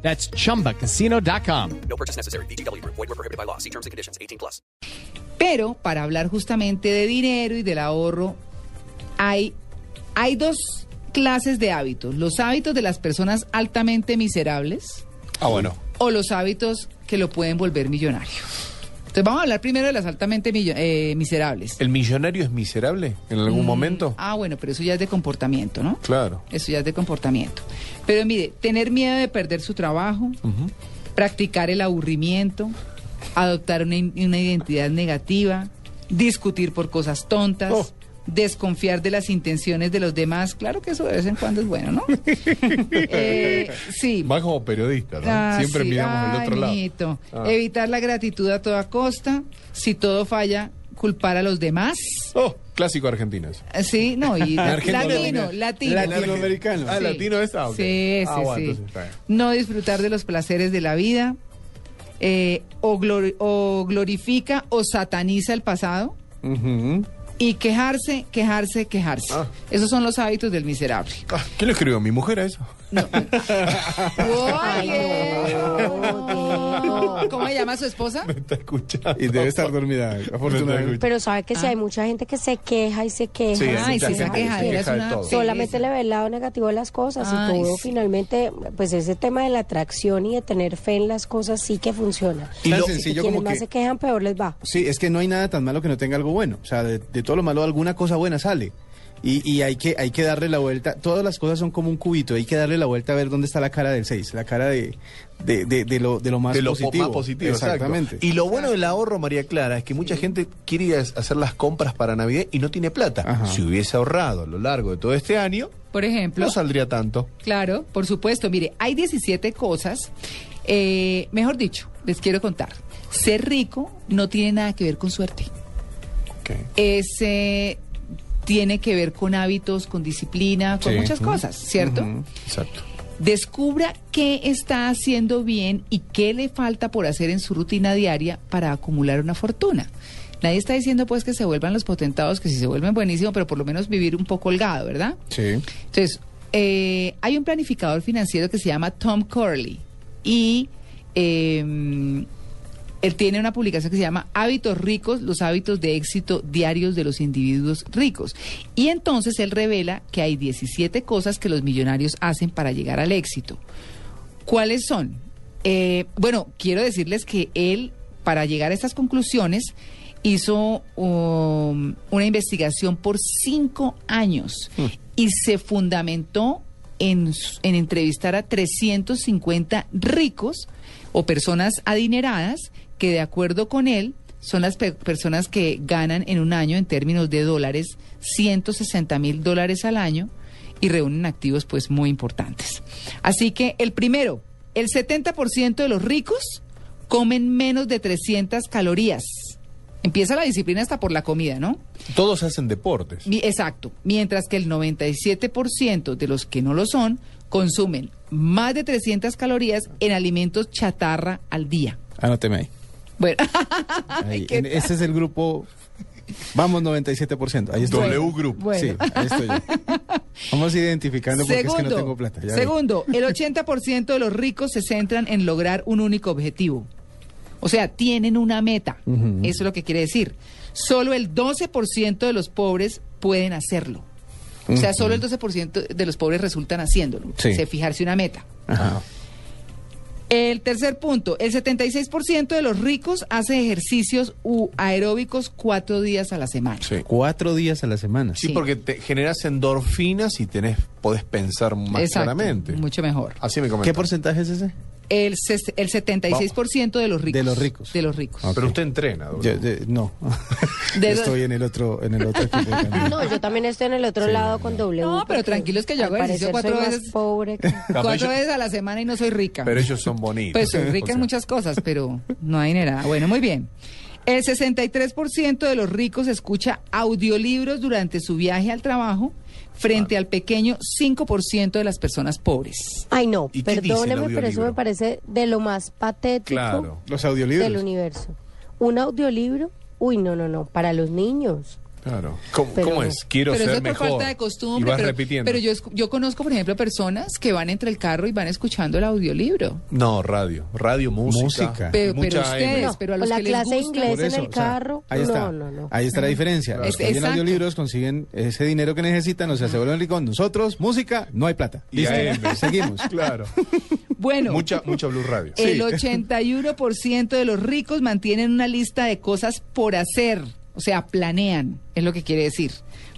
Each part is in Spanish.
That's chumbacasino.com. No purchase necessary. BGW. Void were prohibited by law. See terms and conditions. 18 plus. Pero para hablar justamente de dinero y del ahorro, hay, hay dos clases de hábitos. Los hábitos de las personas altamente miserables Ah, bueno. o los hábitos que lo pueden volver millonario. Entonces vamos a hablar primero de las altamente millo- eh, miserables. ¿El millonario es miserable en algún momento? Ah, bueno, pero eso ya es de comportamiento, ¿no? Claro. Eso ya es de comportamiento. Pero mire, tener miedo de perder su trabajo, practicar el aburrimiento, adoptar una, in- una identidad negativa, discutir por cosas tontas. Oh. Desconfiar de las intenciones de los demás, claro que eso de vez en cuando es bueno, ¿no? Eh, sí. Más como periodista, ¿no? Ah, Siempre sí. miramos el Ay, otro lado. mijito. Ah. Evitar la gratitud a toda costa. Si todo falla, culpar a los demás. Oh, clásico argentino. ese. Sí, no, y Argentina. latino, latino. Latinoamericano. Ah, latino es ah, ok. Sí, Ah, sí, bueno, sí. entonces está bien. No disfrutar de los placeres de la vida. eh, o, glori- o glorifica o sataniza el pasado. Ujú. Y quejarse, quejarse, quejarse. Ah. Esos son los hábitos del miserable. Ah, ¿Quién lo escribió? ¿Mi mujer a eso? Oye. ¿Cómo se llama su esposa? Está escuchando. Y debe estar dormida, afortunadamente. Pero sabe que si Ah. hay mucha gente que se queja y se queja, Sí, hay Ay, mucha sí, esa gente que se quejadera queja es de una todo. solamente pereza. le ve el lado negativo de las cosas Ay, y todo sí. finalmente, pues ese tema de la atracción y de tener fe en las cosas sí que funciona. Y Porque lo- sencillo quienes como más que- se quejan, peor les va. Sí, es que no hay nada tan malo que no tenga algo bueno. O sea, de, de todo lo malo alguna cosa buena sale. Y, y hay, que, hay que darle la vuelta. Todas las cosas son como un cubito. Hay que darle la vuelta a ver dónde está la cara del 6, la cara de, de, de- de lo, de lo más de lo po- positivo. más positivo. exacto. Exactamente. Y lo bueno del ahorro, María Clara, es que mucha gente quiere ir a hacer las compras para Navidad y no tiene plata. Ajá. Si hubiese ahorrado a lo largo de todo este año, Por ejemplo. no saldría tanto. Claro, por supuesto. Mire, hay 17 cosas. eh, mejor dicho, les quiero contar. Ser rico no tiene nada que ver con suerte. Ese tiene que ver con hábitos, con disciplina, con Sí. muchas cosas, ¿cierto? Ujú. Exacto. Descubra qué está haciendo bien y qué le falta por hacer en su rutina diaria para acumular una fortuna. Nadie está diciendo pues que se vuelvan los potentados, que si se vuelven buenísimo, pero por lo menos vivir un poco holgado, ¿verdad? Sí. Entonces, eh, hay un planificador financiero que se llama Tom Curley y eh, él eh, tiene una publicación que se llama Hábitos ricos, los hábitos de éxito diarios de los individuos ricos. Y entonces él revela que hay 17 cosas que los millonarios hacen para llegar al éxito. ¿Cuáles son? Eh, bueno, quiero decirles que él, para llegar a estas conclusiones, hizo um, una investigación por cinco años y se fundamentó en, s- en entrevistar a 350 ricos o personas adineradas que, de acuerdo con él, son las pe- personas que ganan en un año, en términos de dólares, 160 mil dólares al año y reúnen activos pues muy importantes. Así que el primero, el 70% de los ricos comen menos de 300 calorías. Empieza la disciplina hasta por la comida, ¿no? Todos hacen deportes. Mi- Exacto. Mientras que el 97% de los que no lo son consumen más de 300 calorías en alimentos chatarra al día. Anóteme ahí. Bueno, Ahí. ¿qué En- tal? Ese es el grupo. Vamos, 97%. Ahí estoy. W Group. Bueno. Sí, ahí estoy yo. Vamos identificando porque es que no tengo plata. ya vi. segundo, el 80% de los ricos se centran en lograr un único objetivo. O sea, tienen una meta. Ujú. Eso es lo que quiere decir. Solo el 12% de los pobres pueden hacerlo. O sea, solo el 12% de los pobres resultan haciéndolo. Sí. O sea, fijarse una meta. Ajá. El tercer punto, el 76% de los ricos hace ejercicios u aeróbicos cuatro días a la semana. Sí. Cuatro días a la semana. Sí, Sí. porque te generas endorfinas y tenés, podés pensar más Exacto, claramente. Mucho mejor. Así me ¿Qué comentan. porcentaje es ese? El, ses- el 76% de los ricos. De los ricos. De los ricos. Ok. Pero usted entrena. doble. Yo- yo- no. De- Estoy en el otro, en el otro equipo. también. No, yo también estoy en el otro lado con W. No, pero porque tranquilos que yo al hago ejercicio parecer soy cuatro más veces. pobre que- Cuatro ellos- veces a la semana y no soy rica. Pero ellos son bonitos. Pues soy rica O sea, en muchas cosas, pero no hay nada. Bueno, muy bien. El 63% de los ricos escucha audiolibros durante su viaje al trabajo frente al pequeño 5% de las personas pobres. Ay, no, ¿Y qué dice el perdóneme, pero eso audiolibro? me parece de lo más patético Claro. Los del audiolibros. universo. Un audiolibro, uy, no, no, no, para los niños. Claro. ¿Cómo, Pero- cómo es? Quiero pero ser eso es por mejor. falta de costumbre. Y vas pero, repitiendo. pero yo, escu- yo conozco, por ejemplo, personas que van entre el carro y van escuchando el audiolibro. No, radio. Radio, música. Música. Pero, mucha pero AM. ustedes, pero a los la que les clase de gusta. inglés. Eh, Por en el o sea, carro, ahí no, está. no, no. Ahí está la diferencia. Claro. Los que tienen Exacto. audiolibros consiguen ese dinero que necesitan, o sea, se vuelven ricos. Nosotros, música, no hay plata. Y AM. Seguimos. Claro. Bueno, Mucha, mucha Blue Radio. el 81% de los ricos mantienen una lista de cosas por hacer, o sea, planean, es lo que quiere decir,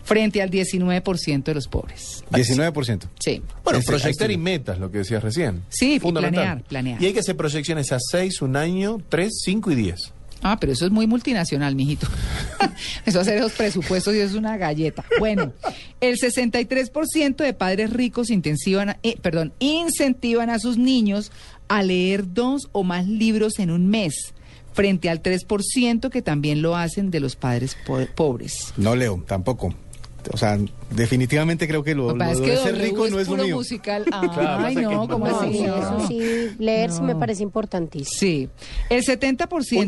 frente al 19% de los pobres. 19%. Sí. Bueno, Ese- proyectar ahí y está. metas, lo que decías recién. Sí, y Fundamental. planear, planear. Y hay que hacer proyecciones a 6, un año, 3, 5 y 10. Ah, pero eso es muy multinacional, mijito. eso hacer esos presupuestos y eso es una galleta. Bueno, el 63% de padres ricos intensivan, a- eh, perdón, incentivan a sus niños a leer dos o más libros en un mes, frente al 3% que también lo hacen de los padres po- pobres. No leo, tampoco. O sea, definitivamente creo que lo, Lo que pasa lo es de que ser W rico no es lo puro mío. musical. Claro, Ay, pasa no, que- ¿cómo No, así? no, No. eso sí, leer sí me No. parece importantísimo. Sí. El 70%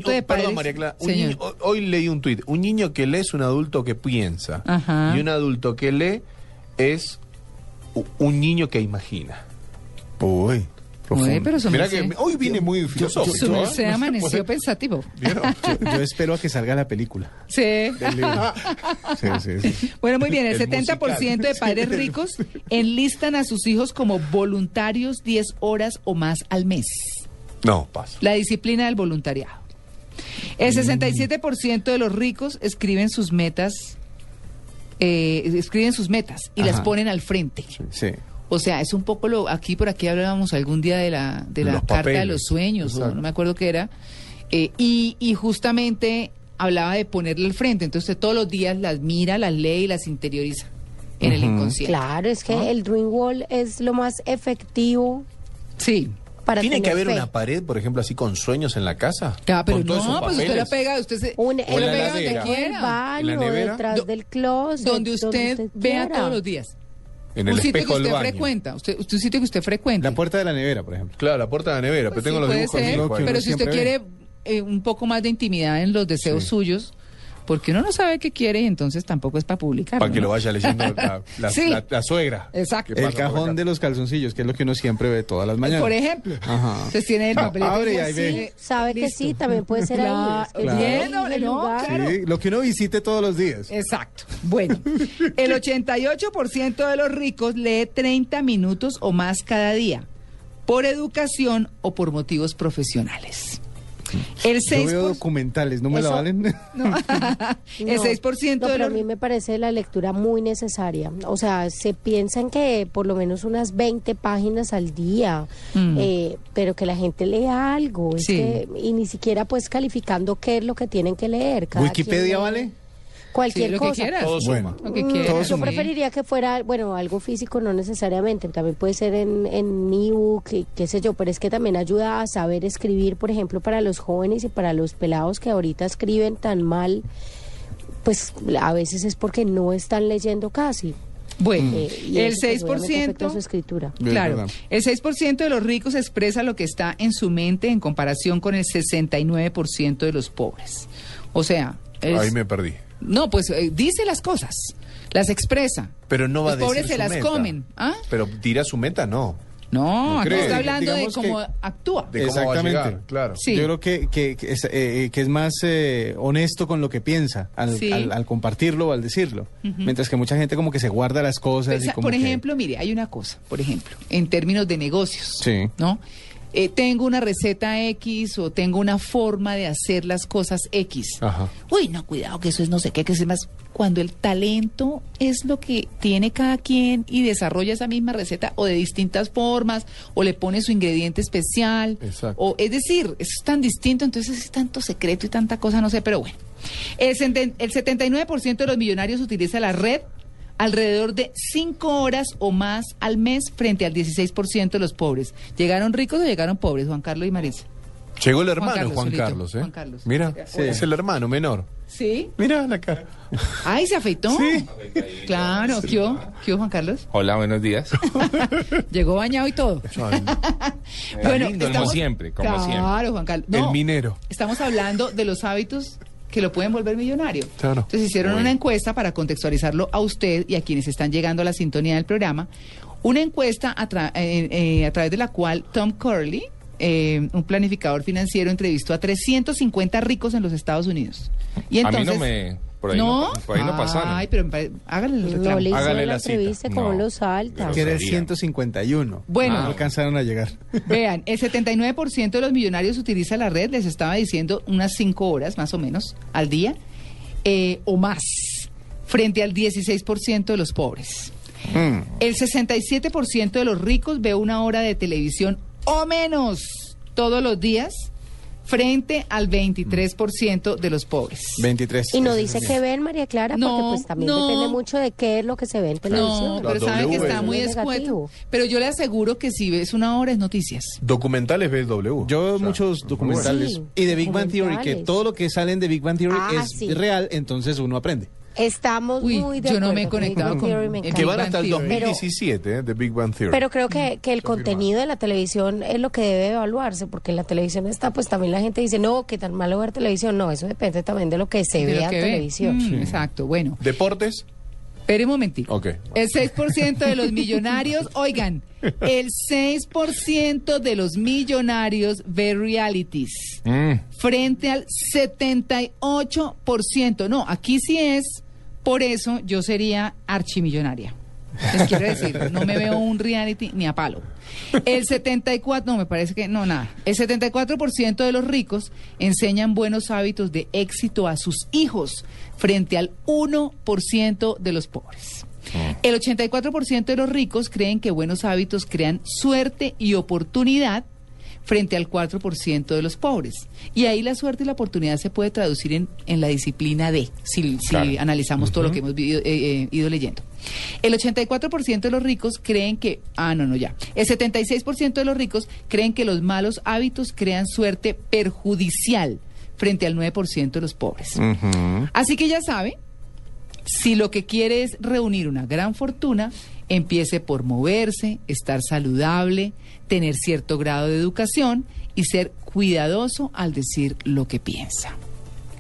Un- de un- padres... Perdón, María Clara. un Señor. oh, niño- ho- hoy leí un tuit. Un niño que lee es un adulto que piensa. Ajá. Y un adulto que lee es u- un niño que imagina. Uy. Uy, pero su Mirá merced- que hoy viene muy filosófico. su ¿eh? merced amaneció pensativo. ¿Vieron? Yo espero a que salga la película. Sí. del libro. Sí, sí, sí. Bueno, muy bien, el, El 70% de padres ricos enlistan a sus hijos como voluntarios 10 horas o más al mes. No, paso. La disciplina del voluntariado. Mm. El 67% de los ricos escriben sus metas, eh, escriben sus metas y las Ajá. ponen al frente. Sí. O sea, es un poco lo. Aquí por aquí hablábamos algún día de la, de la Los carta de papeles. los sueños, o Exacto. no me acuerdo qué era. eh, y, y justamente hablaba de ponerle al frente. Entonces, usted todos los días las mira, las lee y las interioriza en el inconsciente. Claro, es que el Dream Wall es lo más efectivo Sí. para ¿Tiene que tener haber fe. una pared, por ejemplo, así con sueños en la casa? Ah, pero Con todos no, esos pues usted la papeles. pega, usted se. Un, usted O el la en la pega donde heladera. el quiera. ¿En la baño, nevera? detrás Do- del closet. Donde usted vea quiera. todos los días. En un el sitio que espejo del usted baño. frecuenta. Usted, usted- un sitio que usted frecuenta. La puerta de la nevera, por ejemplo. Claro, la puerta de la nevera, pero tengo los Pues puede dibujos ser, míos ahí. que pero uno si usted siempre quiere eh, un poco más de intimidad en los deseos suyos, porque uno no sabe qué quiere y entonces tampoco es para publicar. Para que lo vaya leyendo la, la- Sí. la- la suegra. Exacto. Que pasa El por acá. cajón de los calzoncillos, que es lo que uno siempre ve todas las mañanas. Por ejemplo, Ajá. entonces tiene el Ah, papel. abre y ahí ve. Sabe que sí, también puede ser ahí. es que Claro, yo bien, elige el no, lugar. claro. Sí, lo que uno visite todos los días. Exacto. Bueno, el 88% de los ricos lee 30 minutos o más cada día, por educación o por motivos profesionales. El 6%. Yo veo documentales, ¿no me la Eso- valen? El 6% no, de pero a los- mí me parece la lectura muy necesaria. O sea, se piensan que por lo menos unas 20 páginas al día, Mm. eh, pero que la gente lea algo. es Sí. que- y ni siquiera pues calificando qué es lo que tienen que leer. cada quien ¿Wikipedia lee vale? Cualquier Sí, lo que cosa. quieras. Todo suma. Bueno. Lo que Mm, quieras, Todo yo suma. preferiría que fuera, bueno, algo físico, no necesariamente, también puede ser en, en ebook, y qué sé yo, pero es que también ayuda a saber escribir, por ejemplo, para los jóvenes y para los pelados que ahorita escriben tan mal, pues a veces es porque no están leyendo casi. Bueno, eh, y el eso, pues, obviamente, afecta 6%. su escritura. Es Claro, verdad. el 6% de los ricos expresa lo que está en su mente en comparación con el 69% de los pobres. O sea, es- Ahí me perdí. no, pues eh, dice las cosas, las expresa. Pero no va a los decir pobres se su las meta. comen. ¿ah? Pero dirá su meta, no. No, No aquí creo. está hablando de Digamos cómo que- actúa. De cómo va a Exactamente. llegar, claro. Sí. Yo creo que, que, que es, eh, eh, que es más eh, honesto con lo que piensa al, Sí. al- al compartirlo o al decirlo. Mientras que mucha gente como que se guarda las cosas. y Pensa- como Pues, por que- ejemplo, mire, hay una cosa, por ejemplo, en términos de negocios, Sí. ¿no? Eh, tengo una receta X o tengo una forma de hacer las cosas X. Ajá. Uy, no, cuidado, que eso es no sé qué, que eso es más. Cuando el talento es lo que tiene cada quien y desarrolla esa misma receta o de distintas formas o le pone su ingrediente especial. Exacto. O, es decir, eso es tan distinto, entonces es tanto secreto y tanta cosa, no sé, pero bueno. El, seten- el 79% de los millonarios utiliza la red alrededor de 5 horas o más al mes frente al 16% de los pobres. ¿Llegaron ricos o llegaron pobres, Juan Carlos y Marisa? Llegó el hermano Carlos Juan solito, Carlos, ¿eh? Juan Carlos. Mira, Sí. es el hermano menor. ¿Sí? Mira la cara. Ay, se afeitó. Sí. Claro, ¿qué hubo? ¿Qué hubo, Juan Carlos? Hola, buenos días. Llegó bañado y todo. Eh, lindo, como siempre, como claro, siempre. Juan Carlos. El No, minero. Estamos hablando de los hábitos que lo pueden volver millonario. Claro. Entonces hicieron una encuesta para contextualizarlo a usted y a quienes están llegando a la sintonía del programa. Una encuesta a, tra- eh, eh, a través de la cual Tom Curley, eh, un planificador financiero, entrevistó a 350 ricos en los Estados Unidos. Y A mí no entonces, me- por ahí no- por ahí no pasaron. Ay, pero me pare- háganle el reclamo. No le Hágale hicieron la la cita. entrevista, No. como lo salta. Pero- Que era el Grosería. 151. Bueno. No alcanzaron a llegar. Vean, el 79% de los millonarios utiliza la red, les estaba diciendo unas 5 horas más o menos al día eh, o más, frente al 16% de los pobres. El 67% de los ricos ve una hora de televisión o menos todos los días, frente al 23% de los pobres. 23. Y no dice que ven, María Clara, No, porque pues también no. depende mucho de qué es lo que se ve en No, televisión. La pero sabe que W, está ¿no? muy Es escueto. negativo. Pero yo le aseguro que si ves una hora es noticias. Documentales BW. Yo veo O sea, muchos documentales. Sí, y de Big Bang Theory, que documentales. todo lo que salen de Big Bang Theory Ah, es sí. real, entonces uno aprende. Estamos Uy, muy de yo no acuerdo me he con Big conectado Bang con- Theory, me en encanta. Que van Big hasta el Bang Theory. 2017, ¿eh? De Big Bang Theory. Pero creo que, que el contenido de la televisión es lo que debe evaluarse, porque en la televisión está, pues también la gente dice, no, qué tan malo ver televisión. No, eso depende también de lo que se de lo vea que en ve. televisión. Mm, Exacto, bueno. Deportes. Espere un momentico. Ok. El 6% de los millonarios, oigan, el 6% de los millonarios ve realities frente al 78%. No, aquí sí es, por eso yo sería archimillonaria. Les quiero decir, no me veo un reality ni a palo. El 74, no, me parece que no, nada. El 74% de los ricos enseñan buenos hábitos de éxito a sus hijos frente al 1% de los pobres. El 84% de los ricos creen que buenos hábitos crean suerte y oportunidad frente al 4% de los pobres. Y ahí la suerte y la oportunidad se puede traducir en, en la disciplina de, si, si analizamos todo lo que hemos vivido- eh, eh, ido leyendo. El 84% de los ricos creen que, ah, no, no, ya. El 76% de los ricos creen que los malos hábitos crean suerte perjudicial frente al 9% de los pobres. Mm. Así que ya sabe, si lo que quiere es reunir una gran fortuna, empiece por moverse, estar saludable, tener cierto grado de educación y ser cuidadoso al decir lo que piensa.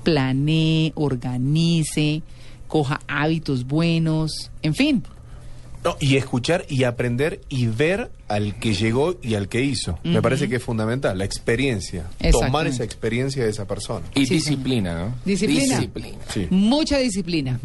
Planee, organice, coja hábitos buenos, en fin. No, y escuchar y aprender y ver al que llegó y al que hizo. Me parece que es fundamental, la experiencia. Tomar Exactamente. esa experiencia de esa persona. Y Sí, disciplina, ¿no? Disciplina. Disciplina. Sí. Mucha disciplina.